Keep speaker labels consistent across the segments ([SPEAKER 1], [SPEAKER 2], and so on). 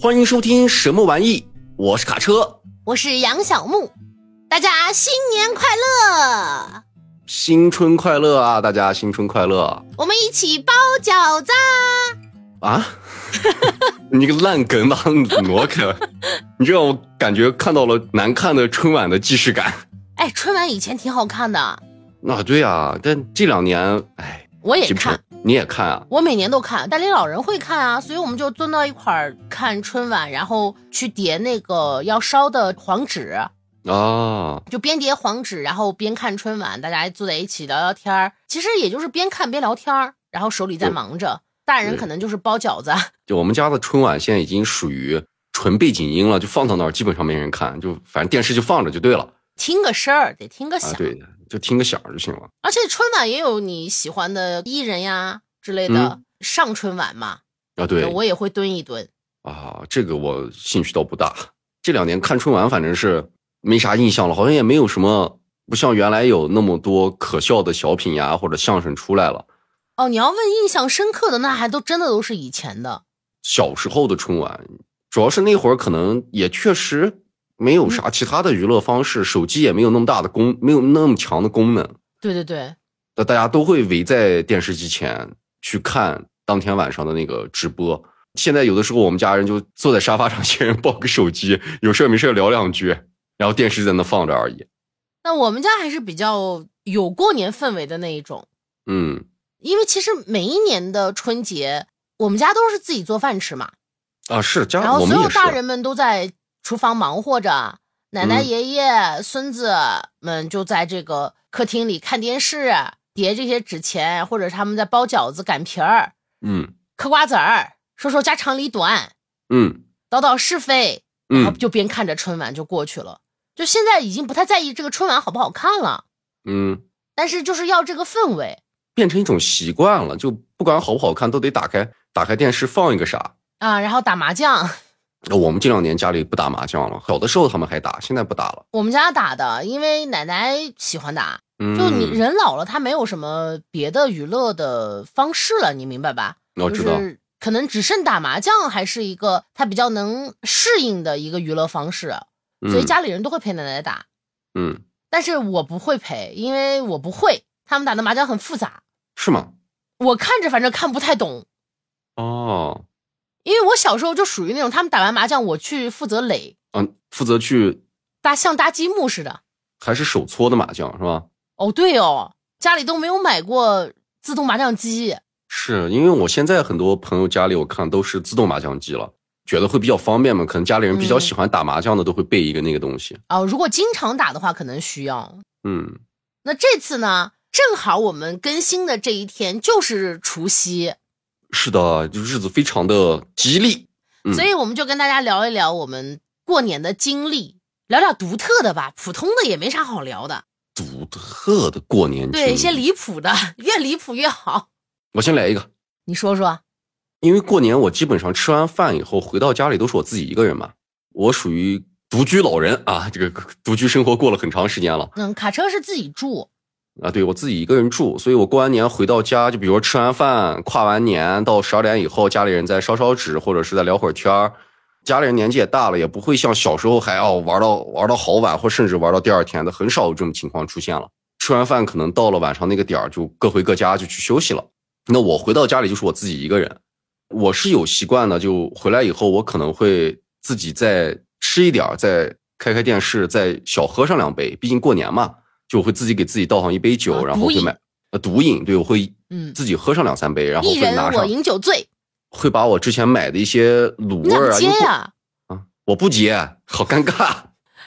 [SPEAKER 1] 欢迎收听什么玩意？我是卡车，
[SPEAKER 2] 我是杨小木，大家新年快乐！
[SPEAKER 1] 新春快乐啊！大家新春快乐
[SPEAKER 2] 我们一起包饺子啊，
[SPEAKER 1] 啊！ 你个烂梗把挪开了，你这让我感觉看到了难看的春晚的既视感。
[SPEAKER 2] 哎，春晚以前挺好看的，
[SPEAKER 1] 啊，对啊，但这两年，哎，
[SPEAKER 2] 我也
[SPEAKER 1] 记不成
[SPEAKER 2] 看，，
[SPEAKER 1] 你也看啊？
[SPEAKER 2] 我每年都看，但领老人会看啊，所以我们就蹲到一块儿看春晚，然后去叠那个要烧的黄纸，
[SPEAKER 1] 啊，
[SPEAKER 2] 就边叠黄纸，然后边看春晚，大家坐在一起聊聊天儿，其实也就是边看边聊天儿，然后手里在
[SPEAKER 1] 对
[SPEAKER 2] 忙着，大人
[SPEAKER 1] 对
[SPEAKER 2] 可能就是包饺子，
[SPEAKER 1] 就我们家的春晚现在已经属于纯背景音了，就放到那儿基本上没人看，就反正电视就放着就对了
[SPEAKER 2] 听个声儿，得听个
[SPEAKER 1] 啊
[SPEAKER 2] 响。，
[SPEAKER 1] 对，就听个响儿就行了。
[SPEAKER 2] 而且春晚也有你喜欢的艺人呀之类的、上春晚嘛，
[SPEAKER 1] 啊，嗯对，
[SPEAKER 2] 我也会蹲一蹲。
[SPEAKER 1] 啊，这个我兴趣倒不大。这两年看春晚，反正是没啥印象了，好像也没有什么，不像原来有那么多可笑的小品呀或者相声出来了。
[SPEAKER 2] 哦，你要问印象深刻的，那还都真的都是以前的。
[SPEAKER 1] 小时候的春晚，主要是那会儿可能也确实没有啥其他的娱乐方式，手机也没有那么大的功，没有那么强的功能，
[SPEAKER 2] 对对对，
[SPEAKER 1] 那大家都会围在电视机前去看当天晚上的那个直播。现在有的时候我们家人就坐在沙发上，先人抱个手机，有事儿没事儿聊两句，然后电视在那放着而已。
[SPEAKER 2] 那我们家还是比较有过年氛围的那一种，
[SPEAKER 1] 嗯，
[SPEAKER 2] 因为其实每一年的春节，我们家都是自己做饭吃嘛，
[SPEAKER 1] 啊是家
[SPEAKER 2] 然
[SPEAKER 1] 我
[SPEAKER 2] 后所
[SPEAKER 1] 们
[SPEAKER 2] 有
[SPEAKER 1] 也是
[SPEAKER 2] 大人们都在厨房忙活着，奶奶、
[SPEAKER 1] 嗯
[SPEAKER 2] 爷爷、孙子们就在这个客厅里看电视，叠这些纸钱，或者他们在包饺子、擀皮儿。
[SPEAKER 1] 嗯
[SPEAKER 2] 嗑瓜子儿，说说家长里短，
[SPEAKER 1] 嗯
[SPEAKER 2] 叨叨是非，然后
[SPEAKER 1] 嗯
[SPEAKER 2] 就边看着春晚就过去了。就现在已经不太在意这个春晚好不好看了，
[SPEAKER 1] 嗯，
[SPEAKER 2] 但是就是要这个氛围
[SPEAKER 1] 变成一种习惯了，就不管好不好看，都得打开打开电视放一个啥。
[SPEAKER 2] 啊。然后打麻将，
[SPEAKER 1] 我们这两年家里不打麻将了，小的时候他们还打，现在不打了。
[SPEAKER 2] 我们家打的，因为奶奶喜欢打。
[SPEAKER 1] 嗯，
[SPEAKER 2] 就你人老了，他没有什么别的娱乐的方式了，你明白吧？
[SPEAKER 1] 我
[SPEAKER 2] 就
[SPEAKER 1] 知道，
[SPEAKER 2] 是可能只剩打麻将还是一个他比较能适应的一个娱乐方式，啊所以
[SPEAKER 1] 嗯
[SPEAKER 2] 家里人都会陪奶奶打。
[SPEAKER 1] 嗯
[SPEAKER 2] 但是我不会陪，因为我不会。他们打的麻将很复杂，
[SPEAKER 1] 是吗？
[SPEAKER 2] 我看着反正看不太懂，
[SPEAKER 1] 哦，
[SPEAKER 2] 因为我小时候就属于那种他们打完麻将，我去负责垒，
[SPEAKER 1] 嗯，负责去
[SPEAKER 2] 搭像搭积木似的。
[SPEAKER 1] 还是手搓的麻将是吧？
[SPEAKER 2] 哦，对哦，家里都没有买过自动麻将机。
[SPEAKER 1] 是因为我现在很多朋友家里我看都是自动麻将机了，觉得会比较方便嘛，可能家里人比较
[SPEAKER 2] 嗯
[SPEAKER 1] 喜欢打麻将的都会备一个那个东西。
[SPEAKER 2] 哦，如果经常打的话，可能需要。
[SPEAKER 1] 嗯
[SPEAKER 2] 那这次呢，正好我们更新的这一天就是除夕，
[SPEAKER 1] 是的，就日子非常的吉利。嗯
[SPEAKER 2] 所以我们就跟大家聊一聊我们过年的经历，聊聊独特的吧，普通的也没啥好聊的。
[SPEAKER 1] 独特的过年
[SPEAKER 2] 对，
[SPEAKER 1] 经
[SPEAKER 2] 一些
[SPEAKER 1] 历
[SPEAKER 2] 离谱的， 越离谱越好。
[SPEAKER 1] 我先来一个，
[SPEAKER 2] 你说说，
[SPEAKER 1] 因为过年我基本上吃完饭以后回到家里都是我自己一个人嘛，我属于独居老人啊，这个独居生活过了很长时间了。
[SPEAKER 2] 嗯，卡车是自己住，
[SPEAKER 1] 啊，对我自己一个人住，所以我过完年回到家，就比如说吃完饭、跨完年到十二点以后，家里人再烧烧纸，或者是再聊会儿天儿。家里人年纪也大了，也不会像小时候还哦玩到玩到好晚，或甚至玩到第二天的，很少有这种情况出现了。吃完饭可能到了晚上那个点儿，就各回各家就去休息了。那我回到家里就是我自己一个人，我是有习惯的，就回来以后我可能会自己再吃一点儿，再开开电视，再小喝上两杯，毕竟过年嘛，就会自己给自己倒上一杯酒，
[SPEAKER 2] 啊
[SPEAKER 1] 然后
[SPEAKER 2] 毒
[SPEAKER 1] 会
[SPEAKER 2] 饮
[SPEAKER 1] 买呃毒饮，对我会
[SPEAKER 2] 嗯，
[SPEAKER 1] 自己喝上两三杯，然后
[SPEAKER 2] 一
[SPEAKER 1] 会
[SPEAKER 2] 人
[SPEAKER 1] 拿
[SPEAKER 2] 我
[SPEAKER 1] 上，
[SPEAKER 2] 饮酒醉，
[SPEAKER 1] 会把我之前买的一些卤
[SPEAKER 2] 你
[SPEAKER 1] 味
[SPEAKER 2] 怎么
[SPEAKER 1] 儿啊，
[SPEAKER 2] 接
[SPEAKER 1] 因为
[SPEAKER 2] 呀、
[SPEAKER 1] 我啊我不接，好尴尬。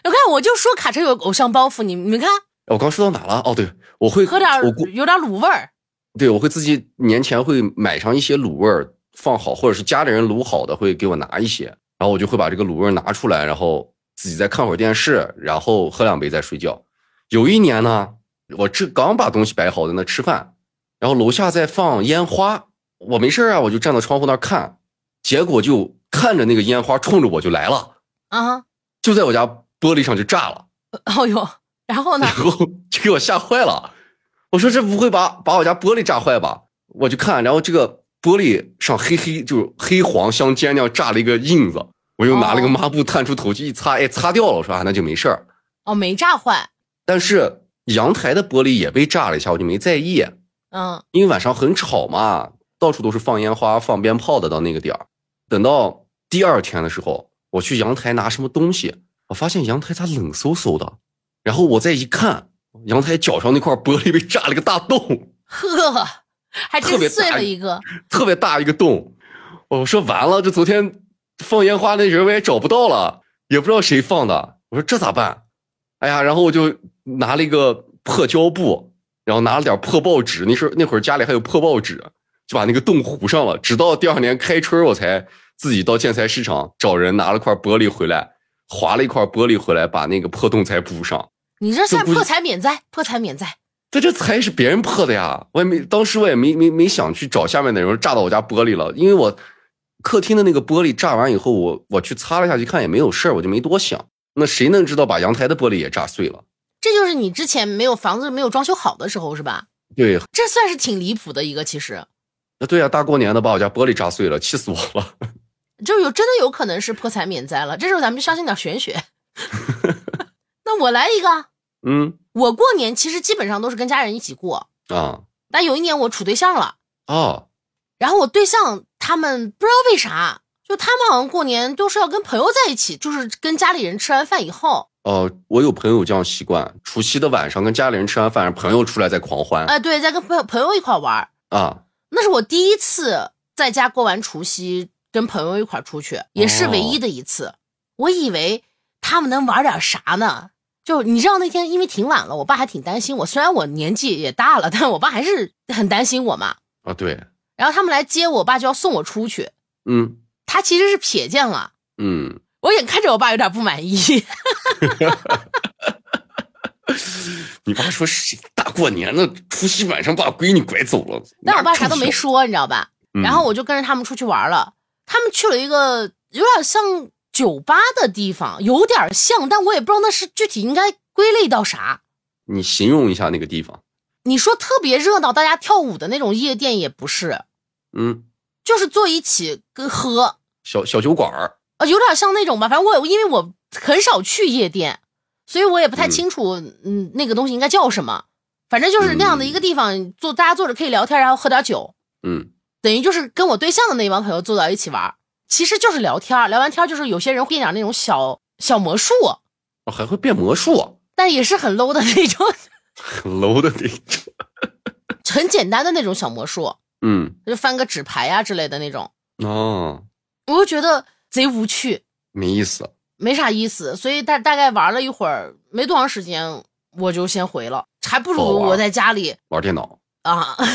[SPEAKER 2] 我看我就说卡车有偶像包袱，你你们看，
[SPEAKER 1] 我刚说到哪了？哦，对，我会
[SPEAKER 2] 喝点儿
[SPEAKER 1] 我估
[SPEAKER 2] 有点卤味儿，
[SPEAKER 1] 对，我会自己年前会买上一些卤味儿放好，或者是家里人卤好的会给我拿一些，然后我就会把这个卤味儿拿出来，然后自己再看会儿电视，然后喝两杯再睡觉。有一年呢，我这刚把东西摆好在那吃饭，然后楼下在放烟花，我没事儿啊，我就站到窗户那儿看，结果就看着那个烟花冲着我就来了，
[SPEAKER 2] 啊，
[SPEAKER 1] 就在我家玻璃上就炸了。
[SPEAKER 2] 哦呦，然后呢
[SPEAKER 1] 然，后就给我吓坏了。我说这不会把把我家玻璃炸坏吧？我就看，然后这个玻璃上黑黑就是黑黄相间那样炸了一个印子，我又拿了个抹布探出头去一擦，哎，擦掉了，我说啊那就没事儿。
[SPEAKER 2] 哦，没炸坏，
[SPEAKER 1] 但是阳台的玻璃也被炸了一下，我就没在意，
[SPEAKER 2] 嗯
[SPEAKER 1] 因为晚上很吵嘛，到处都是放烟花、放鞭炮的。到那个点儿，等到第二天的时候，我去阳台拿什么东西，我发现阳台咋冷飕飕的，然后我再一看，阳台角上那块玻璃被炸了个大洞。
[SPEAKER 2] 呵，还
[SPEAKER 1] 特别
[SPEAKER 2] 真
[SPEAKER 1] 大
[SPEAKER 2] 碎了一个，
[SPEAKER 1] 特别大一个洞。我说完了，这昨天放烟花那人我也找不到了，也不知道谁放的。我说这咋办？哎呀，然后我就拿了一个破胶布，然后拿了点破报纸。那时候那会儿家里还有破报纸，就把那个洞糊上了。直到第二年开春儿，我才自己到建材市场找人拿了块玻璃回来，划了一块玻璃回来，把那个破洞才补上。
[SPEAKER 2] 你这算
[SPEAKER 1] 这不
[SPEAKER 2] 破财免灾，破财免灾。
[SPEAKER 1] 这这才是别人破的呀！我也没，当时我也没没没想去找下面的人炸到我家玻璃了，因为我客厅的那个玻璃炸完以后，我我去擦了一下，一看也没有事儿，我就没多想。那谁能知道把阳台的玻璃也炸碎了？
[SPEAKER 2] 这就是你之前没有房子没有装修好的时候是吧？
[SPEAKER 1] 对，
[SPEAKER 2] 这算是挺离谱的一个，其实
[SPEAKER 1] 那对呀、大过年的把我家玻璃炸碎了，气死我了！
[SPEAKER 2] 就有真的有可能是破财免灾了。这时候咱们就相信点玄学。 那我来一个，啊
[SPEAKER 1] 嗯
[SPEAKER 2] 我过年其实基本上都是跟家人一起过，
[SPEAKER 1] 啊
[SPEAKER 2] 但有一年我处对象了，
[SPEAKER 1] 哦
[SPEAKER 2] 然后我对象他们不知道为啥，就他们好像过年都是要跟朋友在一起，就是跟家里人吃完饭以后，
[SPEAKER 1] 哦，我有朋友这样习惯，除夕的晚上跟家里人吃完饭，朋友出来再狂欢
[SPEAKER 2] 哎、对，在跟朋友朋友一块玩儿。
[SPEAKER 1] 啊
[SPEAKER 2] 那是我第一次在家过完除夕，跟朋友一块儿出去，也是唯一的一次。我以为他们能玩点啥呢？就你知道那天因为挺晚了，我爸还挺担心我。虽然我年纪也大了，但我爸还是很担心我嘛。
[SPEAKER 1] 啊对，
[SPEAKER 2] 然后他们来接我，我爸就要送我出去。
[SPEAKER 1] 嗯
[SPEAKER 2] 他其实是瞥见了，
[SPEAKER 1] 嗯，
[SPEAKER 2] 我眼看着我爸有点不满意，
[SPEAKER 1] 你爸说是大过年的，除夕晚上把闺女拐走了，
[SPEAKER 2] 但我爸啥都没说，你知道吧？
[SPEAKER 1] 嗯
[SPEAKER 2] 然后我就跟着他们出去玩了。他们去了一个有点像酒吧的地方，有点像，但我也不知道那是具体应该归类到啥。
[SPEAKER 1] 你形容一下那个地方，
[SPEAKER 2] 你说特别热闹，大家跳舞的那种夜店也不是，
[SPEAKER 1] 嗯，
[SPEAKER 2] 就是坐一起跟喝，
[SPEAKER 1] 小小酒馆儿，
[SPEAKER 2] 呃，有点像那种吧。反正我因为我很少去夜店，所以我也不太清楚，嗯那个东西应该叫什么。反正就是那样的一个地方，坐大家坐着可以聊天，然后喝点酒。
[SPEAKER 1] 嗯
[SPEAKER 2] 等于就是跟我对象的那帮朋友坐到一起玩儿，其实就是聊天儿。聊完天儿就是有些人会变点那种小小魔术，
[SPEAKER 1] 哦还会变魔术，
[SPEAKER 2] 但也是很 low 的那种，
[SPEAKER 1] 很 low 的那种，
[SPEAKER 2] 很简单的那种小魔术，
[SPEAKER 1] 嗯，
[SPEAKER 2] 就翻个纸牌呀、之类的那种。
[SPEAKER 1] 哦，
[SPEAKER 2] 我就觉得贼无趣，
[SPEAKER 1] 没意思，
[SPEAKER 2] 没啥意思，所以大大概玩了一会儿，没多长时间我就先回了，还不如
[SPEAKER 1] 好玩
[SPEAKER 2] 我在家里
[SPEAKER 1] 玩电脑，
[SPEAKER 2] 啊。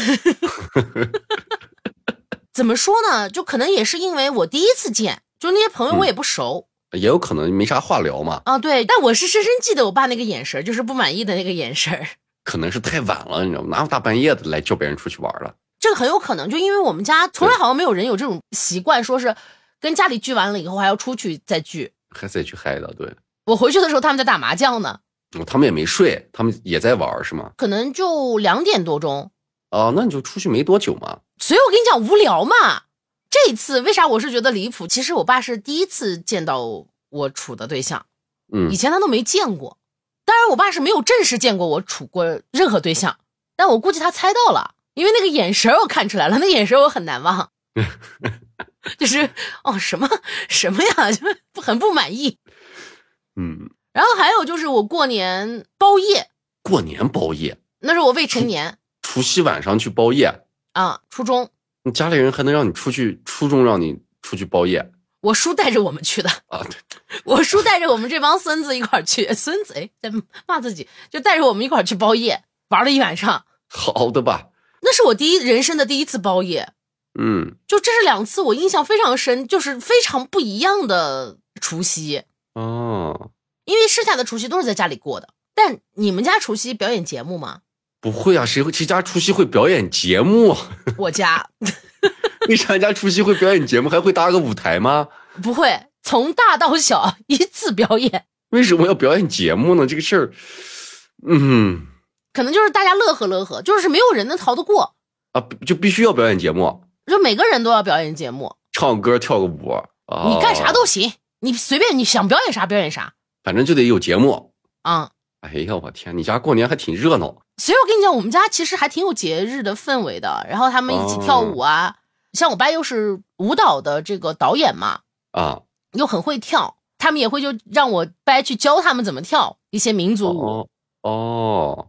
[SPEAKER 2] 怎么说呢？就可能也是因为我第一次见，就那些朋友
[SPEAKER 1] 嗯
[SPEAKER 2] 我也不熟，
[SPEAKER 1] 也有可能没啥话聊嘛，
[SPEAKER 2] 啊，对，但我是深深记得我爸那个眼神儿，就是不满意的那个眼神儿。
[SPEAKER 1] 可能是太晚了，你知道吗？哪有大半夜的来叫别人出去玩了？
[SPEAKER 2] 这个很有可能，就因为我们家从来好像没有人有这种习惯，说是跟家里聚完了以后还要出去再聚。
[SPEAKER 1] 还在去嗨的，对，
[SPEAKER 2] 我回去的时候他们在打麻将呢，
[SPEAKER 1] 哦他们也没睡，他们也在玩儿是吗？
[SPEAKER 2] 可能就两点多钟。
[SPEAKER 1] 哦，那你就出去没多久嘛，
[SPEAKER 2] 所以我跟你讲无聊嘛。这一次为啥我是觉得离谱？其实我爸是第一次见到我处的对象，
[SPEAKER 1] 嗯
[SPEAKER 2] 以前他都没见过。当然，我爸是没有正式见过我处过任何对象，但我估计他猜到了，因为那个眼神儿我看出来了，那个眼神儿我很难 忘，就是哦什么什么呀，就不很不满意。
[SPEAKER 1] 嗯，
[SPEAKER 2] 然后还有就是我过年包夜，
[SPEAKER 1] 过年包夜，
[SPEAKER 2] 那时候我未成年
[SPEAKER 1] 除夕晚上去包夜，
[SPEAKER 2] 啊，初中，
[SPEAKER 1] 你家里人还能让你出去，初中让你出去包夜
[SPEAKER 2] 我叔带着我们去的。
[SPEAKER 1] 啊？对，
[SPEAKER 2] 我叔带着我们这帮孙子一块儿去， 孙子哎，在骂自己，就带着我们一块儿去包夜，玩了一晚上。
[SPEAKER 1] 好的吧，
[SPEAKER 2] 那是我第一人生的第一次包夜，
[SPEAKER 1] 嗯
[SPEAKER 2] 就这是两次我印象非常深，就是非常不一样的除夕，
[SPEAKER 1] 哦，
[SPEAKER 2] 因为剩下的除夕都是在家里过的。但你们家除夕表演节目吗？
[SPEAKER 1] 不会啊，谁会谁家除夕会表演节目？啊
[SPEAKER 2] 我家
[SPEAKER 1] 为啥人家除夕会表演节目，还会搭个舞台吗？
[SPEAKER 2] 不会，从大到小依次表演，
[SPEAKER 1] 为什么要表演节目呢？这个事儿，嗯
[SPEAKER 2] 可能就是大家乐呵乐呵，就是没有人能逃得过。
[SPEAKER 1] 啊，就必须要表演节目。
[SPEAKER 2] 就每个人都要表演节目，
[SPEAKER 1] 唱歌跳个舞啊，
[SPEAKER 2] 你干啥都行，你随便你想表演啥表演啥
[SPEAKER 1] 反正就得有节目。
[SPEAKER 2] 啊、
[SPEAKER 1] 哎呀，我天，你家过年还挺热闹。
[SPEAKER 2] 所以我跟你讲，我们家其实还挺有节日的氛围的。然后他们一起跳舞啊，像我爸又是舞蹈的这个导演嘛，
[SPEAKER 1] 啊，
[SPEAKER 2] 又很会跳，他们也会就让我爸去教他们怎么跳一些民族舞，
[SPEAKER 1] 哦哦，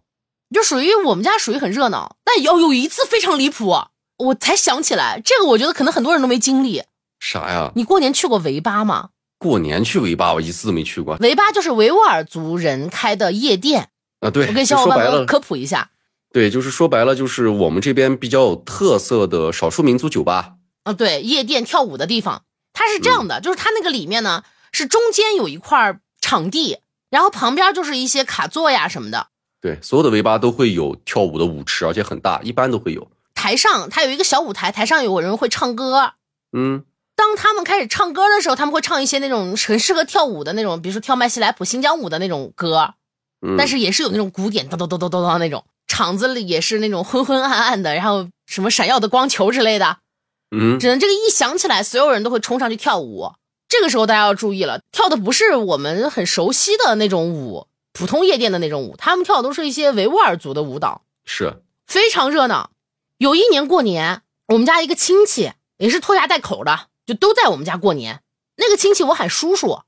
[SPEAKER 2] 就属于我们家属于很热闹。但有有一次非常离谱，我才想起来，这个我觉得可能很多人都没经历。
[SPEAKER 1] 啥呀？
[SPEAKER 2] 你过年去过维巴吗？
[SPEAKER 1] 过年去维巴，我一次都没去过
[SPEAKER 2] 维巴就是维吾尔族人开的夜店，
[SPEAKER 1] 啊。对，
[SPEAKER 2] 我跟
[SPEAKER 1] 就
[SPEAKER 2] 小伙
[SPEAKER 1] 说白
[SPEAKER 2] 伴们
[SPEAKER 1] 了，
[SPEAKER 2] 科普一下
[SPEAKER 1] 对，就是说白了，就是我们这边比较有特色的少数民族酒吧。
[SPEAKER 2] 啊，对，夜店跳舞的地方，它是这样
[SPEAKER 1] 嗯
[SPEAKER 2] 的，就是它那个里面呢是中间有一块场地，然后旁边就是一些卡座呀什么的，
[SPEAKER 1] 对，所有的维巴都会有跳舞的舞池，而且很大，一般都会有。
[SPEAKER 2] 台上它有一个小舞台，台上有人会唱歌。
[SPEAKER 1] 嗯，
[SPEAKER 2] 当他们开始唱歌的时候，他们会唱一些那种很适合跳舞的那种，比如说跳麦西来普、新疆舞的那种歌，
[SPEAKER 1] 嗯
[SPEAKER 2] 但是也是有那种古典咚咚咚咚咚咚那种，场子里也是那种昏昏暗暗的，然后什么闪耀的光球之类的，
[SPEAKER 1] 嗯，
[SPEAKER 2] 只能这个一响起来，所有人都会冲上去跳舞。这个时候大家要注意了，跳的不是我们很熟悉的那种舞，普通夜店的那种舞，他们跳的都是一些维吾尔族的舞蹈，
[SPEAKER 1] 是
[SPEAKER 2] 非常热闹。有一年过年，我们家一个亲戚也是拖家带口的，就都在我们家过年。那个亲戚我喊叔叔，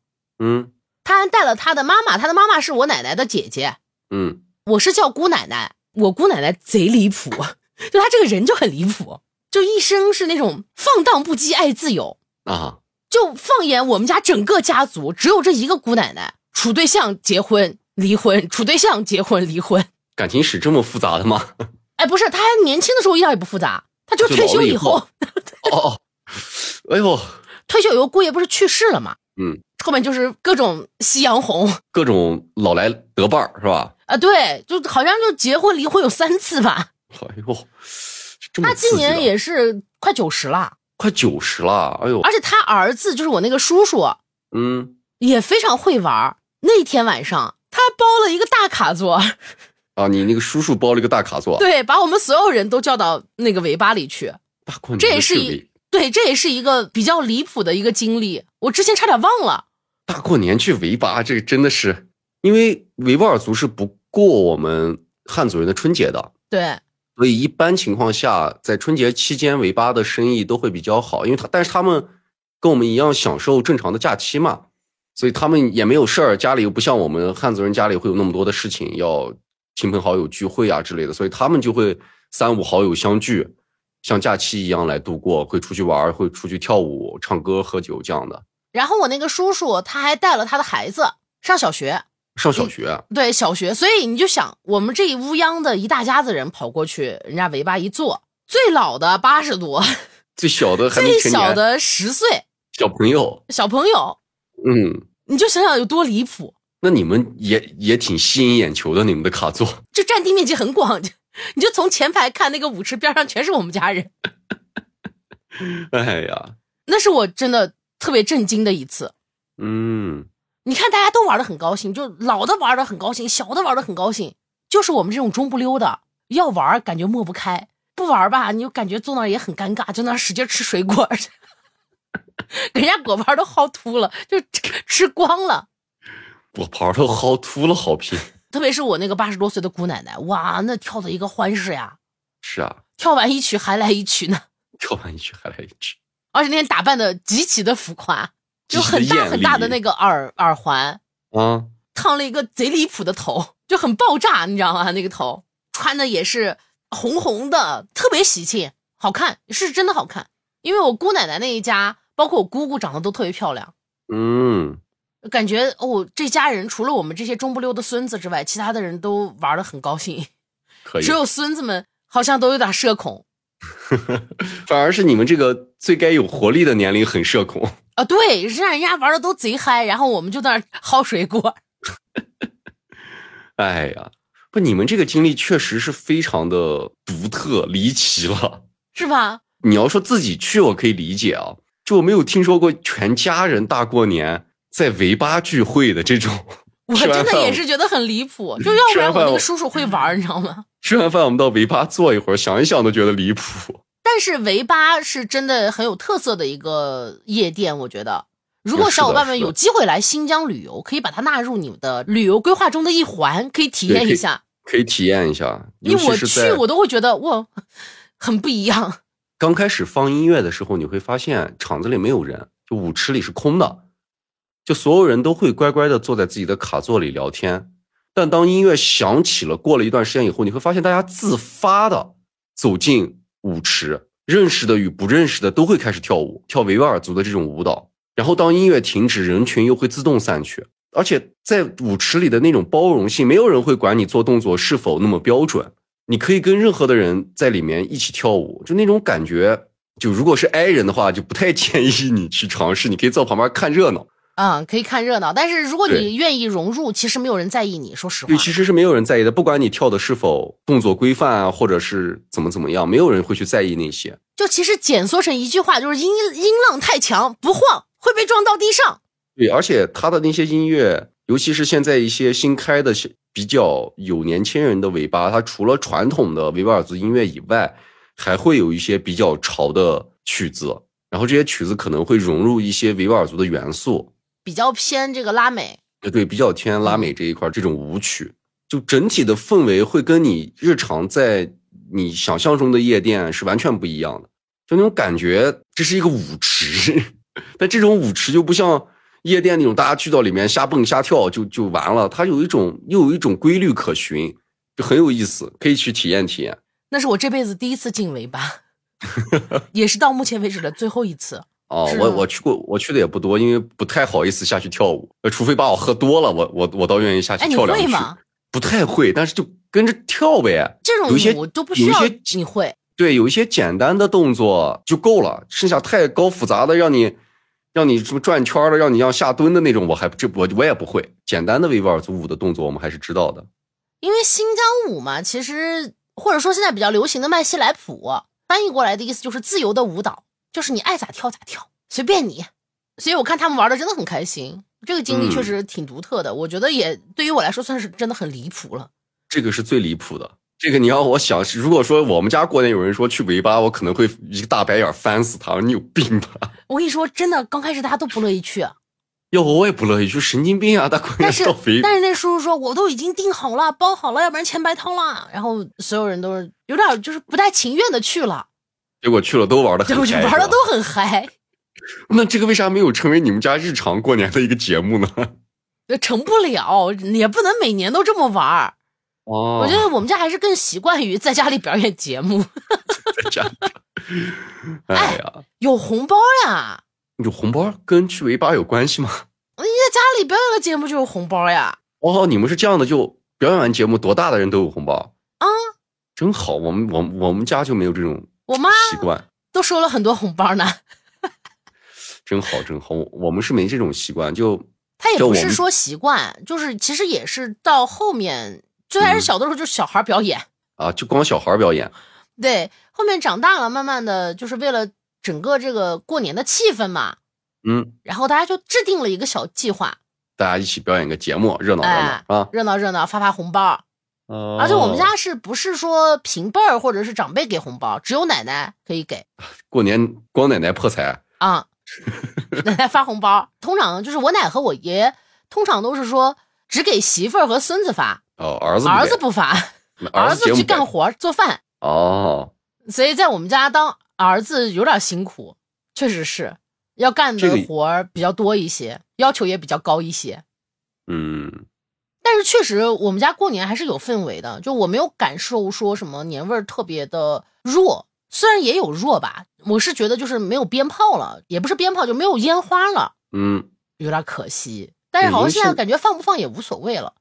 [SPEAKER 1] 嗯
[SPEAKER 2] 他还带了他的妈妈，他的妈妈是我奶奶的姐姐，
[SPEAKER 1] 嗯，
[SPEAKER 2] 我是叫姑奶奶。我姑奶奶贼离谱，就她这个人就很离谱，就一生是那种放荡不羁、爱自由。
[SPEAKER 1] 啊，
[SPEAKER 2] 就放眼我们家整个家族，只有这一个姑奶奶处对象结婚离婚，处对象结婚离婚。
[SPEAKER 1] 感情史这么复杂的吗？
[SPEAKER 2] 哎，不是，她还年轻的时候一点也不复杂，她就
[SPEAKER 1] 就
[SPEAKER 2] 退
[SPEAKER 1] 老
[SPEAKER 2] 休
[SPEAKER 1] 了以
[SPEAKER 2] 以
[SPEAKER 1] 后
[SPEAKER 2] 后，
[SPEAKER 1] 哦哦，哎呦，
[SPEAKER 2] 退休以后姑爷不是去世了吗？
[SPEAKER 1] 嗯，
[SPEAKER 2] 后面就是各种夕阳红 啊、
[SPEAKER 1] 各种老来得伴儿是吧？
[SPEAKER 2] 对，就好像就结婚离婚有三次吧。
[SPEAKER 1] 哎呦，这么
[SPEAKER 2] 她今
[SPEAKER 1] 刺激的
[SPEAKER 2] 年也是快九十了，
[SPEAKER 1] 快九十了，哎呦，
[SPEAKER 2] 而且她儿子就是我那个叔叔，
[SPEAKER 1] 嗯，
[SPEAKER 2] 也非常会玩儿。那天晚上，他包了一个大卡座，
[SPEAKER 1] 啊，你那个叔叔包了一个大卡座，
[SPEAKER 2] 对，把我们所有人都叫到那个尾巴里去。
[SPEAKER 1] 大过年
[SPEAKER 2] 这
[SPEAKER 1] 的
[SPEAKER 2] 也是
[SPEAKER 1] 去
[SPEAKER 2] 一
[SPEAKER 1] 维，
[SPEAKER 2] 对，这也是一个比较离谱的一个经历，我之前差点忘了。
[SPEAKER 1] 大过年去维巴，这个真的是，因为维吾尔族是不过我们汉族人的春节的，
[SPEAKER 2] 对，
[SPEAKER 1] 所以一般情况下，在春节期间维巴的生意都会比较好，因为他但是他们跟我们一样享受正常的假期嘛，所以他们也没有事儿，家里又不像我们汉族人家里会有那么多的事情要亲朋好友聚会啊之类的，所以他们就会三五好友相聚，像假期一样来度过，会出去玩儿，会出去跳舞、唱歌、喝酒这样的。
[SPEAKER 2] 然后我那个叔叔他还带了他的孩子上小学，
[SPEAKER 1] 上小学，
[SPEAKER 2] 对，小学，所以你就想，我们这一乌泱的一大家子人跑过去，人家围巴一坐，最老的八 十多，
[SPEAKER 1] 最小的还没
[SPEAKER 2] 最
[SPEAKER 1] 成
[SPEAKER 2] 小
[SPEAKER 1] 年，
[SPEAKER 2] 的十岁
[SPEAKER 1] 小朋友，
[SPEAKER 2] 小朋友，
[SPEAKER 1] 嗯，
[SPEAKER 2] 你就想想有多离谱，
[SPEAKER 1] 那你们也也挺吸引眼球的，你们的卡座。
[SPEAKER 2] 这占地面积很广， 就你就从前排看那个舞池边上全是我们家人，
[SPEAKER 1] 哎呀，
[SPEAKER 2] 那是我真的特别震惊的一次。
[SPEAKER 1] 嗯。
[SPEAKER 2] 你看大家都玩的很高兴，就老的玩的很高兴，小的玩的很高兴，就是我们这种中不溜的，要玩儿感觉抹不开，不玩儿吧，你就感觉坐那儿也很尴尬，就那儿使劲吃水果儿去， 给人家果盘儿都薅秃了，就吃吃光了。
[SPEAKER 1] 我袍都薅秃了，好拼。
[SPEAKER 2] 特别是我那个八十多岁的姑奶奶，哇，那跳的一个欢实呀，
[SPEAKER 1] 是啊，
[SPEAKER 2] 跳完一曲还来一曲呢，
[SPEAKER 1] 跳完一曲还来一曲，
[SPEAKER 2] 而且那天打扮的极其的浮夸，就
[SPEAKER 1] 极其地
[SPEAKER 2] 很大
[SPEAKER 1] 艳
[SPEAKER 2] 很大
[SPEAKER 1] 丽
[SPEAKER 2] 的那个耳耳环，
[SPEAKER 1] 啊，
[SPEAKER 2] 烫了一个贼离谱的头，就很爆炸，你知道吗？那个头穿的也是红红的，特别喜庆，好看，是真的好看。因为我姑奶奶那一家，包括我姑姑长得都特别漂亮，
[SPEAKER 1] 嗯，
[SPEAKER 2] 感觉哦，这家人除了我们这些中不溜的孙子之外，其他的人都玩的很高兴，
[SPEAKER 1] 可以
[SPEAKER 2] 只。有孙子们好像都有点社恐
[SPEAKER 1] 反而是你们这个最该有活力的年龄很社恐。
[SPEAKER 2] 啊。对，让人家玩的都贼嗨，然后我们就在那儿薅水果。
[SPEAKER 1] 哎呀，不，你们这个经历确实是非常的独特离奇了。
[SPEAKER 2] 是吧？
[SPEAKER 1] 你要说自己去，我可以理解啊，就我没有听说过全家人大过年在维巴聚会的这种。
[SPEAKER 2] 我
[SPEAKER 1] 吃完
[SPEAKER 2] 真的
[SPEAKER 1] 饭
[SPEAKER 2] 也
[SPEAKER 1] 我嗯
[SPEAKER 2] 是觉得很离谱，就要
[SPEAKER 1] 吃
[SPEAKER 2] 不
[SPEAKER 1] 完
[SPEAKER 2] 然我
[SPEAKER 1] 饭
[SPEAKER 2] 那个
[SPEAKER 1] 我
[SPEAKER 2] 叔叔会玩，你知道吗？
[SPEAKER 1] 吃完饭我们到维巴坐一会儿，想一想都觉得离谱。
[SPEAKER 2] 但是维巴是真的很有特色的一个夜店，我觉得。如果
[SPEAKER 1] 是的
[SPEAKER 2] 小伙伴们
[SPEAKER 1] 是的
[SPEAKER 2] 有机会来新疆旅游，可以把它纳入你们的旅游规划中的一环，可以体
[SPEAKER 1] 对
[SPEAKER 2] 验
[SPEAKER 1] 可
[SPEAKER 2] 一
[SPEAKER 1] 以
[SPEAKER 2] 下。
[SPEAKER 1] 可以体验一下，
[SPEAKER 2] 因
[SPEAKER 1] 尤
[SPEAKER 2] 为
[SPEAKER 1] 其
[SPEAKER 2] 我
[SPEAKER 1] 是在
[SPEAKER 2] 去，我都会觉得哇，很不一样。
[SPEAKER 1] 刚开始放音乐的时候，你会发现场子里没有人，就舞池里是空的，就所有人都会乖乖的坐在自己的卡座里聊天。但当音乐响起了，过了一段时间以后，你会发现大家自发的走进舞池，认识的与不认识的都会开始跳舞，跳维吾尔族的这种舞蹈。然后当音乐停止，人群又会自动散去。而且在舞池里的那种包容性，没有人会管你做动作是否那么标准，你可以跟任何的人在里面一起跳舞，就那种感觉。就如果是 i 人的话，就不太建议你去尝试。你可以坐旁边看热闹，
[SPEAKER 2] 嗯，可以看热闹，但是如果
[SPEAKER 1] 对
[SPEAKER 2] 你愿意融入，其实没有人在意你。说实话
[SPEAKER 1] 对，，其实是没有人在意的。不管你跳的是否动作规范啊，或者是怎么怎么样，没有人会去在意那些。
[SPEAKER 2] 就其实简缩成一句话，就是音音浪太强，不晃会被撞到地上。
[SPEAKER 1] 对，而且他的那些音乐，尤其是现在一些新开的比较有年轻人的尾巴，它除了传统的维吾尔族音乐以外，还会有一些比较潮的曲子，然后这些曲子可能会融入一些维吾尔族的元素，
[SPEAKER 2] 比较偏这个拉美，
[SPEAKER 1] 呃，对，比较偏
[SPEAKER 2] 嗯
[SPEAKER 1] 拉美这一块儿这种舞曲，就整体的氛围会跟你日常在你想象中的夜店是完全不一样的，就那种感觉，这是一个舞池， 但这种舞池就不像夜店那种大家去到里面瞎蹦瞎跳就就完了，它有一种又有一种规律可循，就很有意思，可以去体验体验。
[SPEAKER 2] 那是我这辈子第一次进 维巴，也是到目前为止的最后一次。
[SPEAKER 1] 哦
[SPEAKER 2] 是，啊
[SPEAKER 1] 我
[SPEAKER 2] 吗
[SPEAKER 1] 我去过，我去的也不多，因为不太好意思下去跳舞，呃，除非把我喝多了，我我我倒愿意下去
[SPEAKER 2] 哎，你
[SPEAKER 1] 跳两
[SPEAKER 2] 会
[SPEAKER 1] 句。
[SPEAKER 2] 吗？
[SPEAKER 1] 不太会，但是就跟着跳呗。
[SPEAKER 2] 这种
[SPEAKER 1] 有一些
[SPEAKER 2] 舞都不需要
[SPEAKER 1] 有一些
[SPEAKER 2] 你会。
[SPEAKER 1] 对，有一些简单的动作就够了，剩下太高复杂的，让你让你什么转圈儿的，让你要下蹲的那种，我还这我我也不会。简单的维吾尔族舞的动作，我们还是知道的。
[SPEAKER 2] 因为新疆舞嘛，其实或者说现在比较流行的麦西来普，翻译过来的意思就是自由的舞蹈，就是你爱咋跳咋跳，随便你。所以我看他们玩的真的很开心，这个经历
[SPEAKER 1] 嗯
[SPEAKER 2] 确实挺独特的，我觉得也对于我来说算是真的很离谱了。
[SPEAKER 1] 这个是最离谱的。这个你让我想，如果说我们家过年有人说去维巴，我可能会一个大白眼儿翻死他，你有病吧？
[SPEAKER 2] 我跟你说，真的，刚开始大家都不乐意去，啊
[SPEAKER 1] 要我我也不乐意，就神经病啊！大过
[SPEAKER 2] 但
[SPEAKER 1] 年
[SPEAKER 2] 是
[SPEAKER 1] 到维
[SPEAKER 2] 但是那叔叔说我都已经订好了，包好了，要不然钱白掏了。然后所有人都是有点就是不太情愿的去了，
[SPEAKER 1] 结果去了都玩的
[SPEAKER 2] 对
[SPEAKER 1] 很
[SPEAKER 2] 我就
[SPEAKER 1] 开，
[SPEAKER 2] 玩
[SPEAKER 1] 是
[SPEAKER 2] 的
[SPEAKER 1] 吧
[SPEAKER 2] 都很嗨，
[SPEAKER 1] 那这个为啥没有成为你们家日常过年的一个节目呢？
[SPEAKER 2] 成不了，也不能每年都这么玩儿。
[SPEAKER 1] 哦
[SPEAKER 2] 我觉得我们家还是更习惯于在家里表演节目，
[SPEAKER 1] 在家。 哎呀，
[SPEAKER 2] 有红包呀！
[SPEAKER 1] 有红包跟去维巴有关系吗？
[SPEAKER 2] 你在家里表演个节目就有红包呀。
[SPEAKER 1] 哦，你们是这样的，就表演完节目，多大的人都有红包
[SPEAKER 2] 啊？
[SPEAKER 1] 真好，我们我们我们家就没有这种
[SPEAKER 2] 我妈
[SPEAKER 1] 习惯，
[SPEAKER 2] 都收了很多红包呢，
[SPEAKER 1] 真好真好，我我们是没这种习惯，就
[SPEAKER 2] 她也
[SPEAKER 1] 这
[SPEAKER 2] 不
[SPEAKER 1] 我
[SPEAKER 2] 是
[SPEAKER 1] 们
[SPEAKER 2] 说习惯，就是其实也是到后面，最开始
[SPEAKER 1] 嗯
[SPEAKER 2] 小的时候就是小孩表演，
[SPEAKER 1] 啊，就光小孩表演，
[SPEAKER 2] 对，后面长大了，慢慢的就是为了整个这个过年的气氛嘛，
[SPEAKER 1] 嗯，
[SPEAKER 2] 然后大家就制定了一个小计划，
[SPEAKER 1] 大家一起表演个节目，热闹热
[SPEAKER 2] 哎
[SPEAKER 1] 闹啊。
[SPEAKER 2] 热闹热闹，发发红包。而且我
[SPEAKER 1] 哦
[SPEAKER 2] 们家是不是说平辈儿或者是长辈给红包，只有奶奶可以给。
[SPEAKER 1] 过年光奶奶破财，
[SPEAKER 2] 啊，奶奶发红包，通常就是我奶和我爷，通常都是说只给媳妇儿和孙子发，
[SPEAKER 1] 哦，儿子不
[SPEAKER 2] 儿
[SPEAKER 1] 给
[SPEAKER 2] 子不发，
[SPEAKER 1] 儿
[SPEAKER 2] 儿
[SPEAKER 1] 子节
[SPEAKER 2] 子
[SPEAKER 1] 目
[SPEAKER 2] 去
[SPEAKER 1] 给
[SPEAKER 2] 干活儿做饭，
[SPEAKER 1] 哦，
[SPEAKER 2] 所以在我们家当儿子有点辛苦，确实是要干
[SPEAKER 1] 这
[SPEAKER 2] 的
[SPEAKER 1] 个
[SPEAKER 2] 活儿比较多一些，要求也比较高一些。
[SPEAKER 1] 嗯，
[SPEAKER 2] 但是确实，我们家过年还是有氛围的，就我没有感受说什么年味儿特别的弱，虽然也有弱吧，我是觉得就是没有鞭炮了，也不是鞭炮，就没有烟花了。
[SPEAKER 1] 嗯。
[SPEAKER 2] 有点可惜。但是
[SPEAKER 1] 对因
[SPEAKER 2] 好像
[SPEAKER 1] 为
[SPEAKER 2] 现在
[SPEAKER 1] 现
[SPEAKER 2] 感觉放不放也无所谓了。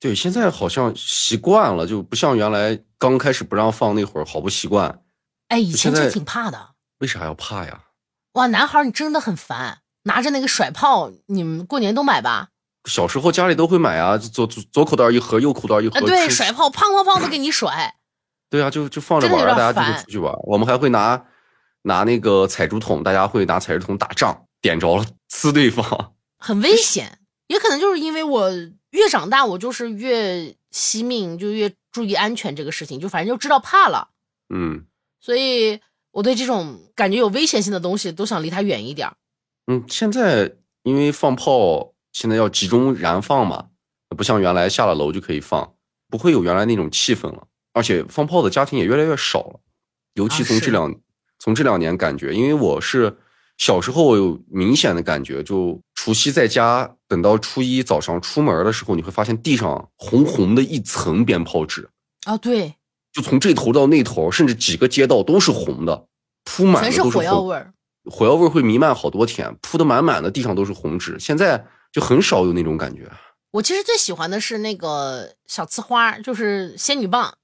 [SPEAKER 1] 对，现在好像习惯了，就不像原来刚开始不让放那会儿，好不习惯。
[SPEAKER 2] 哎，以前
[SPEAKER 1] 现在
[SPEAKER 2] 真挺怕的。
[SPEAKER 1] 为啥要怕呀？
[SPEAKER 2] 哇，男孩儿你真的很烦，拿着那个甩炮，你们过年都买吧？
[SPEAKER 1] 小时候家里都会买啊，左左左口袋一盒，右口袋一盒，
[SPEAKER 2] 啊，对，
[SPEAKER 1] 吃
[SPEAKER 2] 甩炮，砰砰砰的给你甩。
[SPEAKER 1] 对啊，就就放着
[SPEAKER 2] 真的
[SPEAKER 1] 玩
[SPEAKER 2] 有
[SPEAKER 1] 儿，大家
[SPEAKER 2] 点
[SPEAKER 1] 就
[SPEAKER 2] 烦
[SPEAKER 1] 会出去玩儿。我们还会拿拿那个彩竹筒，大家会拿彩竹筒打仗，点着了呲对方。
[SPEAKER 2] 很危险。也可能就是因为我越长大，我就是越惜命，就越注意安全这个事情，就反正就知道怕了，
[SPEAKER 1] 嗯，
[SPEAKER 2] 所以。我对这种感觉有危险性的东西都想离它远一点儿。
[SPEAKER 1] 嗯，现在因为放炮现在要集中燃放嘛，不像原来下了楼就可以放，不会有原来那种气氛了。而且放炮的家庭也越来越少了，尤其
[SPEAKER 2] 啊
[SPEAKER 1] 从
[SPEAKER 2] 是
[SPEAKER 1] 这两、从这两年感觉，因为我是小时候有明显的感觉，就除夕在家，等到初一早上出门的时候，你会发现地上红红的一层鞭炮纸，
[SPEAKER 2] 啊，对，
[SPEAKER 1] 就从这头到那头，甚至几个街道都是红的，铺满
[SPEAKER 2] 全
[SPEAKER 1] 的
[SPEAKER 2] 是
[SPEAKER 1] 都是
[SPEAKER 2] 火药
[SPEAKER 1] 红
[SPEAKER 2] 味儿。
[SPEAKER 1] 火药味儿会弥漫好多天，铺的满满的，地上都是红纸。现在就很少有那种感觉。
[SPEAKER 2] 我其实最喜欢的是那个小呲花，就是仙女棒。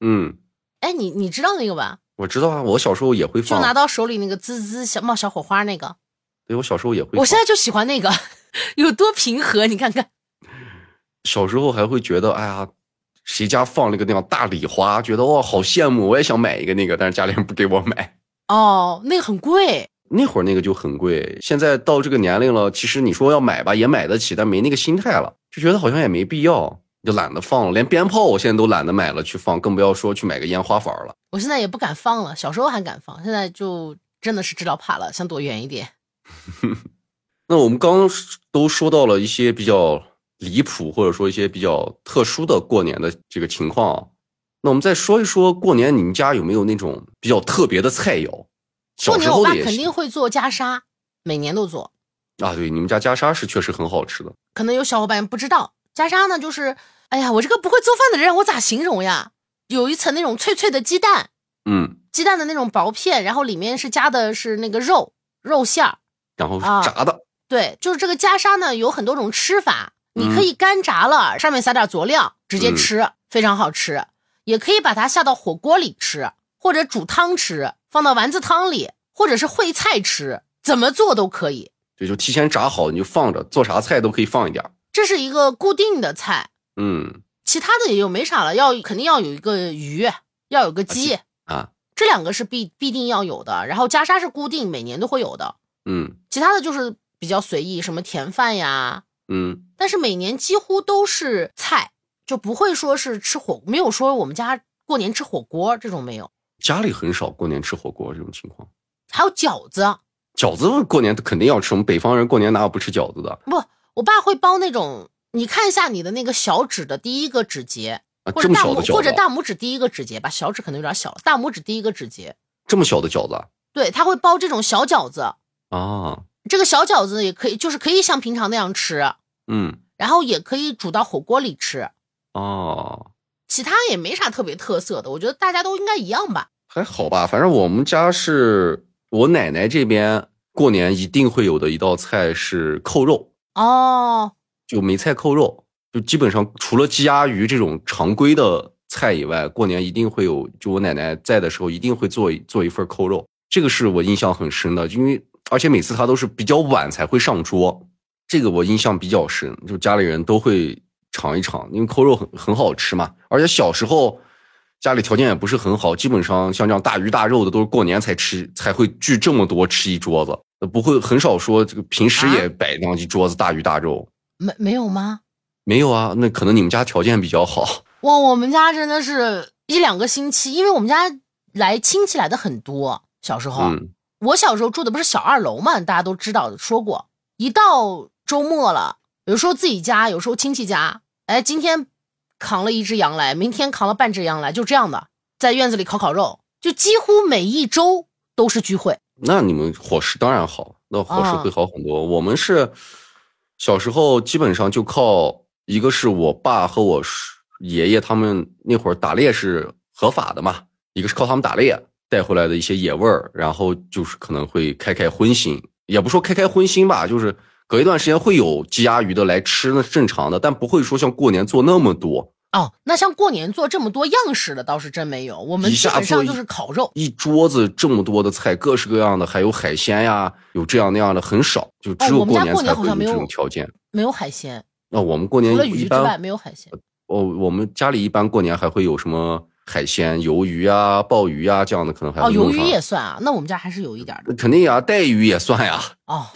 [SPEAKER 1] 嗯，
[SPEAKER 2] 哎，你你知道那个吧？
[SPEAKER 1] 我知道啊，我小时候也会
[SPEAKER 2] 就
[SPEAKER 1] 放，
[SPEAKER 2] 拿到手里那个滋滋小冒小火花那个，
[SPEAKER 1] 对我小时候也会放。
[SPEAKER 2] 我现在就喜欢那个， 有多平和？你看看，
[SPEAKER 1] 小时候还会觉得，哎呀，谁家放了一个那样大礼花，觉得哇、好羡慕，我也想买一个那个，但是家里人不给我买。
[SPEAKER 2] 哦，那个很贵，
[SPEAKER 1] 那会儿那个就很贵，现在到这个年龄了，其实你说要买吧，也买得起，但没那个心态了，就觉得好像也没必要，就懒得放了。连鞭炮我现在都懒得买了去放，更不要说去买个烟花玩了。
[SPEAKER 2] 我现在也不敢放了。小时候还敢放，现在就真的是知道怕了，想躲远一点。
[SPEAKER 1] 那我们刚都说到了一些比较离谱，或者说一些比较特殊的过年的这个情况啊。那我们再说一说过年你们家有没有那种比较特别的菜肴？
[SPEAKER 2] 过
[SPEAKER 1] 小时
[SPEAKER 2] 年我
[SPEAKER 1] 候
[SPEAKER 2] 爸
[SPEAKER 1] 的也
[SPEAKER 2] 肯
[SPEAKER 1] 是
[SPEAKER 2] 定会做袈裟，每年都做。
[SPEAKER 1] 啊，对，你们家袈裟是确实很好吃的。
[SPEAKER 2] 可能有小伙伴不知道，袈裟呢就是，哎呀，我这个不会做饭的人，我咋形容呀？有一层那种脆脆的鸡蛋，
[SPEAKER 1] 嗯，
[SPEAKER 2] 鸡蛋的那种薄片，然后里面是加的是那个肉肉馅儿。
[SPEAKER 1] 然后是
[SPEAKER 2] 啊
[SPEAKER 1] 炸的，
[SPEAKER 2] 对，就是这个袈裟呢有很多种吃法，你
[SPEAKER 1] 嗯
[SPEAKER 2] 可以干炸了，上面撒点佐料直接吃，非常好吃。也可以把它下到火锅里吃，或者煮汤吃，放到丸子汤里，或者是烩菜吃，怎么做都可以。
[SPEAKER 1] 对，就提前炸好，你就放着，做啥菜都可以放一点儿。
[SPEAKER 2] 这是一个固定的菜，
[SPEAKER 1] 嗯
[SPEAKER 2] 其他的也就没啥了，要肯定要有一个鱼，要有个鸡，
[SPEAKER 1] 啊，
[SPEAKER 2] 这两个是必必定要有的。然后袈裟是固定，每年都会有的，
[SPEAKER 1] 嗯
[SPEAKER 2] 其他的就是比较随意，什么甜饭呀，
[SPEAKER 1] 嗯，
[SPEAKER 2] 但是每年几乎都是菜，就不会说是吃火，没有说我们家过年吃火锅这种没有，
[SPEAKER 1] 家里很少过年吃火锅这种情况。
[SPEAKER 2] 还有饺子，
[SPEAKER 1] 饺子过年肯定要吃，我们北方人过年哪有不吃饺子的？
[SPEAKER 2] 不，我爸会包那种，你看一下你的那个小指的第一个指节，
[SPEAKER 1] 啊，这
[SPEAKER 2] 或者
[SPEAKER 1] 么
[SPEAKER 2] 大
[SPEAKER 1] 小的
[SPEAKER 2] 拇
[SPEAKER 1] 饺子，
[SPEAKER 2] 或者大拇指第一个指节吧，小指可能有点小了，大拇指第一个指节，
[SPEAKER 1] 这么小的饺子啊
[SPEAKER 2] 对他会包这种小饺子。
[SPEAKER 1] 啊，
[SPEAKER 2] 这个小饺子也可以，就是可以像平常那样吃，
[SPEAKER 1] 嗯，
[SPEAKER 2] 然后也可以煮到火锅里吃，
[SPEAKER 1] 哦，
[SPEAKER 2] 其他也没啥特别特色的，我觉得大家都应该一样吧。
[SPEAKER 1] 还好吧，反正我们家是我奶奶这边过年一定会有的一道菜是扣肉，
[SPEAKER 2] 哦，
[SPEAKER 1] 就梅菜扣肉，就基本上除了鸡鸭鱼这种常规的菜以外，过年一定会有，就我奶奶在的时候一定会做一做一份扣肉，这个是我印象很深的，因为而且每次她都是比较晚才会上桌，这个我印象比较深，就家里人都会尝一尝，因为扣肉很很好吃嘛。而且小时候家里条件也不是很好，基本上像这样大鱼大肉的都是过年才吃，才会聚这么多吃一桌子，呃不会很少说这个平时也摆那样一桌子大鱼大肉。
[SPEAKER 2] 没没有吗？
[SPEAKER 1] 没有啊，那可能你们家条件比较好。
[SPEAKER 2] 哇，我们家真的是一两个星期，因为我们家来亲戚来的很多。小时候，
[SPEAKER 1] 嗯
[SPEAKER 2] 我小时候住的不是小二楼嘛，大家都知道说过。一到周末了，有时候自己家，有时候亲戚家，哎，今天扛了一只羊来，明天扛了半只羊来，就这样的，在院子里烤烤肉，就几乎每一周都是聚会。
[SPEAKER 1] 那你们伙食当然好，那伙食
[SPEAKER 2] 啊
[SPEAKER 1] 会好很多。我们是小时候基本上就靠一个是我爸和我叔爷爷他们那会儿打猎是合法的嘛，一个是靠他们打猎带回来的一些野味儿，然后就是可能会开开荤腥，也不说开开荤腥吧，就是隔一段时间会有鸡鸭鱼的来吃，那是正常的，但不会说像过年做那么多，
[SPEAKER 2] 哦，那像过年做这么多样式的倒是真没有，我们
[SPEAKER 1] 一
[SPEAKER 2] 基
[SPEAKER 1] 下
[SPEAKER 2] 本
[SPEAKER 1] 做
[SPEAKER 2] 上
[SPEAKER 1] 一
[SPEAKER 2] 就是烤肉。
[SPEAKER 1] 一桌子这么多的菜，各式各样的，还有海鲜呀，有这样那样的，很少，就只
[SPEAKER 2] 哦
[SPEAKER 1] 有
[SPEAKER 2] 我们家
[SPEAKER 1] 过年
[SPEAKER 2] 过年
[SPEAKER 1] 才
[SPEAKER 2] 好
[SPEAKER 1] 会
[SPEAKER 2] 像没
[SPEAKER 1] 这
[SPEAKER 2] 有
[SPEAKER 1] 种条件。
[SPEAKER 2] 没有海鲜，
[SPEAKER 1] 那我们过
[SPEAKER 2] 除
[SPEAKER 1] 年
[SPEAKER 2] 了
[SPEAKER 1] 嗯一
[SPEAKER 2] 鱼之外
[SPEAKER 1] 般，
[SPEAKER 2] 没有海鲜。
[SPEAKER 1] 哦，我们家里一般过年还会有什么海鲜、鱿鱼啊、鲍鱼啊这样的，可能还
[SPEAKER 2] 哦，
[SPEAKER 1] 会
[SPEAKER 2] 鱿
[SPEAKER 1] 弄
[SPEAKER 2] 鱼
[SPEAKER 1] 上。
[SPEAKER 2] 也算啊，那我们家还是有一点的。
[SPEAKER 1] 肯定呀，带鱼也算呀，
[SPEAKER 2] 哦，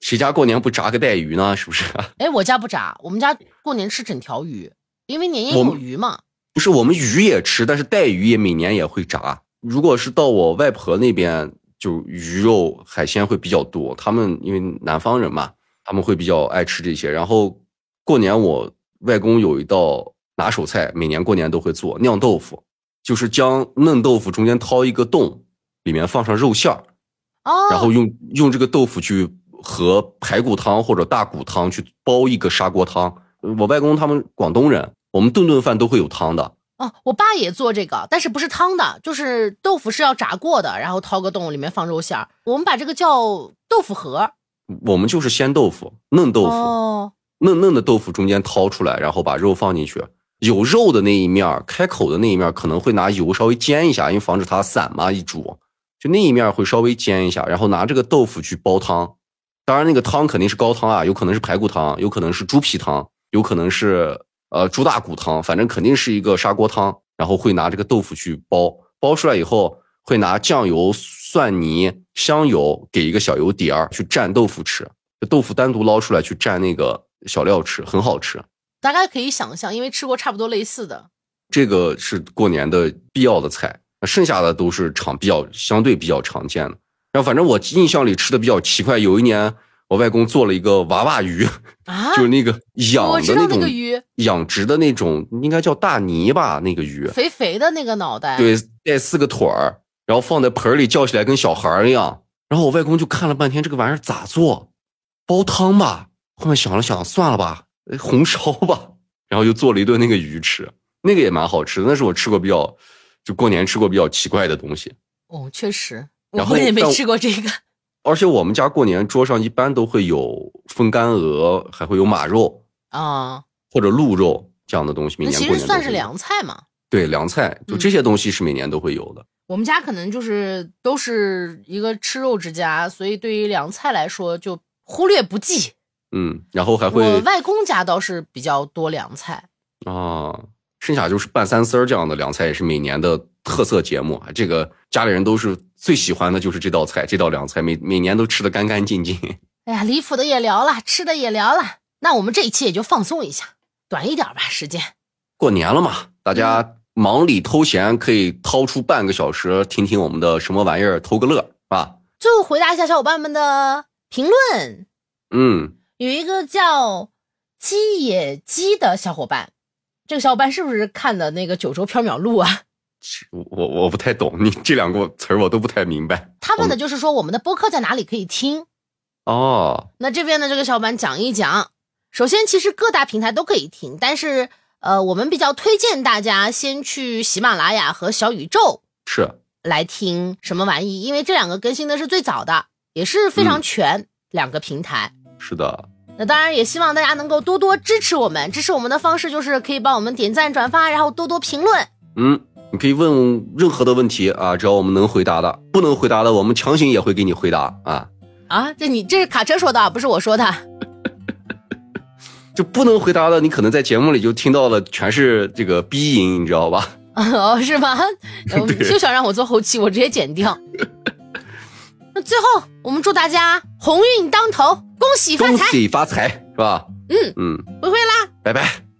[SPEAKER 1] 谁家过年不炸个带鱼呢？是不是？
[SPEAKER 2] 哎，我家不炸，我们家过年吃整条鱼，因为年年
[SPEAKER 1] 我
[SPEAKER 2] 有
[SPEAKER 1] 们
[SPEAKER 2] 余嘛。
[SPEAKER 1] 不是，我们鱼也吃，但是带鱼也每年也会炸。如果是到我外婆那边，就鱼肉海鲜会比较多。他们因为南方人嘛，他们会比较爱吃这些。然后过年我外公有一道拿手菜，每年过年都会做酿豆腐，就是将嫩豆腐中间掏一个洞，里面放上肉馅儿，
[SPEAKER 2] 哦，
[SPEAKER 1] 然后用用这个豆腐去和排骨汤或者大骨汤去煲一个砂锅汤。呃我外公他们广东人，我们顿顿饭都会有汤的。
[SPEAKER 2] 哦，我爸也做这个，但是不是汤的，就是豆腐是要炸过的，然后掏个洞，里面放肉馅儿。我们把这个叫豆腐盒。
[SPEAKER 1] 我们就是鲜豆腐、嫩豆腐、
[SPEAKER 2] 哦，
[SPEAKER 1] 嫩嫩的豆腐中间掏出来，然后把肉放进去。有肉的那一面儿，开口的那一面儿可能会拿油稍微煎一下，因为防止它散嘛，一煮就那一面儿会稍微煎一下，然后拿这个豆腐去煲汤。当然，那个汤肯定是高汤啊，有可能是排骨汤，有可能是猪皮汤，有可能是呃猪大骨汤，反正肯定是一个砂锅汤。然后会拿这个豆腐去煲，煲出来以后会拿酱油、蒜泥、香油给一个小油碟儿去蘸豆腐吃，这豆腐单独捞出来去蘸那个小料吃，很好吃。
[SPEAKER 2] 大概可以想象，因为吃过差不多类似的。
[SPEAKER 1] 这个是过年的必要的菜，那剩下的都是常比较相对比较常见的。然后反正我印象里吃的比较奇怪，有一年我外公做了一个娃娃鱼，
[SPEAKER 2] 啊，
[SPEAKER 1] 就是那个养
[SPEAKER 2] 我
[SPEAKER 1] 的
[SPEAKER 2] 知道那
[SPEAKER 1] 种
[SPEAKER 2] 个鱼，
[SPEAKER 1] 养殖的那种，应该叫大泥吧，那个鱼，
[SPEAKER 2] 肥肥的那个脑袋。
[SPEAKER 1] 对，带四个腿儿，然后放在盆儿里叫起来跟小孩儿一样。然后我外公就看了半天这个玩意儿咋做，煲汤吧。后面想了想，算了吧，呃红烧吧，然后就做了一顿那个鱼吃，那个也蛮好吃的，那是我吃过比较，就过年吃过比较奇怪的东西。
[SPEAKER 2] 哦，确实，
[SPEAKER 1] 然后
[SPEAKER 2] 我也没
[SPEAKER 1] 但我
[SPEAKER 2] 吃过这个。
[SPEAKER 1] 而且我们家过年桌上一般都会有风干鹅，还会有马肉
[SPEAKER 2] 啊，
[SPEAKER 1] 或者鹿肉这样的东西。每
[SPEAKER 2] 那
[SPEAKER 1] 年
[SPEAKER 2] 其
[SPEAKER 1] 过
[SPEAKER 2] 实
[SPEAKER 1] 年都
[SPEAKER 2] 算
[SPEAKER 1] 会
[SPEAKER 2] 是
[SPEAKER 1] 有
[SPEAKER 2] 凉嗯菜嘛。
[SPEAKER 1] 对凉菜，就这些东西是每年都会有的。
[SPEAKER 2] 我们家可能就是都是一个吃肉之家，所以对于凉菜来说就忽略不计。
[SPEAKER 1] 嗯，然后还会
[SPEAKER 2] 我外公家倒是比较多凉菜，
[SPEAKER 1] 啊，剩下就是拌三丝儿这样的凉菜，也是每年的特色节目啊。这个家里人都是最喜欢的就是这道菜，这道凉菜每每年都吃的干干净净。
[SPEAKER 2] 哎呀，离谱的也聊了，吃的也聊了，那我们这一期也就放松一下，短一点吧，时间。
[SPEAKER 1] 过年了嘛，大家忙里偷闲，可以掏出半个小时听听我们的什么玩意儿，偷个乐啊。
[SPEAKER 2] 最后回答一下小伙伴们的评论，
[SPEAKER 1] 嗯，
[SPEAKER 2] 有一个叫鸡野鸡的小伙伴，这个小伙伴是不是看的那个《九州缥缈录》啊？
[SPEAKER 1] 我我我不太懂，你这两个词儿我都不太明白。
[SPEAKER 2] 他问的就是说我们的播客在哪里可以听。
[SPEAKER 1] 哦，
[SPEAKER 2] 那这边的这个小伙伴讲一讲。首先，其实各大平台都可以听，但是呃，我们比较推荐大家先去喜马拉雅和小宇宙
[SPEAKER 1] 是，
[SPEAKER 2] 来听什么玩意，因为这两个更新的是最早的，也是非常
[SPEAKER 1] 嗯
[SPEAKER 2] 全、两个平台。
[SPEAKER 1] 是的，
[SPEAKER 2] 那当然也希望大家能够多多支持我们，支持我们的方式就是可以帮我们点赞、转发，然后多多评论。
[SPEAKER 1] 嗯。你可以问任何的问题啊，只要我们能回答的，不能回答的，我们强行也会给你回答啊。
[SPEAKER 2] 啊，这你这是卡车说的啊，不是我说的。
[SPEAKER 1] 就不能回答的，你可能在节目里就听到了全是这个逼音，你知道吧？
[SPEAKER 2] 哦，是吗？我们就想让我做后期，我直接剪掉。那最后，我们祝大家鸿运当头，恭喜发
[SPEAKER 1] 恭
[SPEAKER 2] 财！
[SPEAKER 1] 喜发财，是吧？
[SPEAKER 2] 嗯
[SPEAKER 1] 嗯，
[SPEAKER 2] 回回来。
[SPEAKER 1] 拜拜。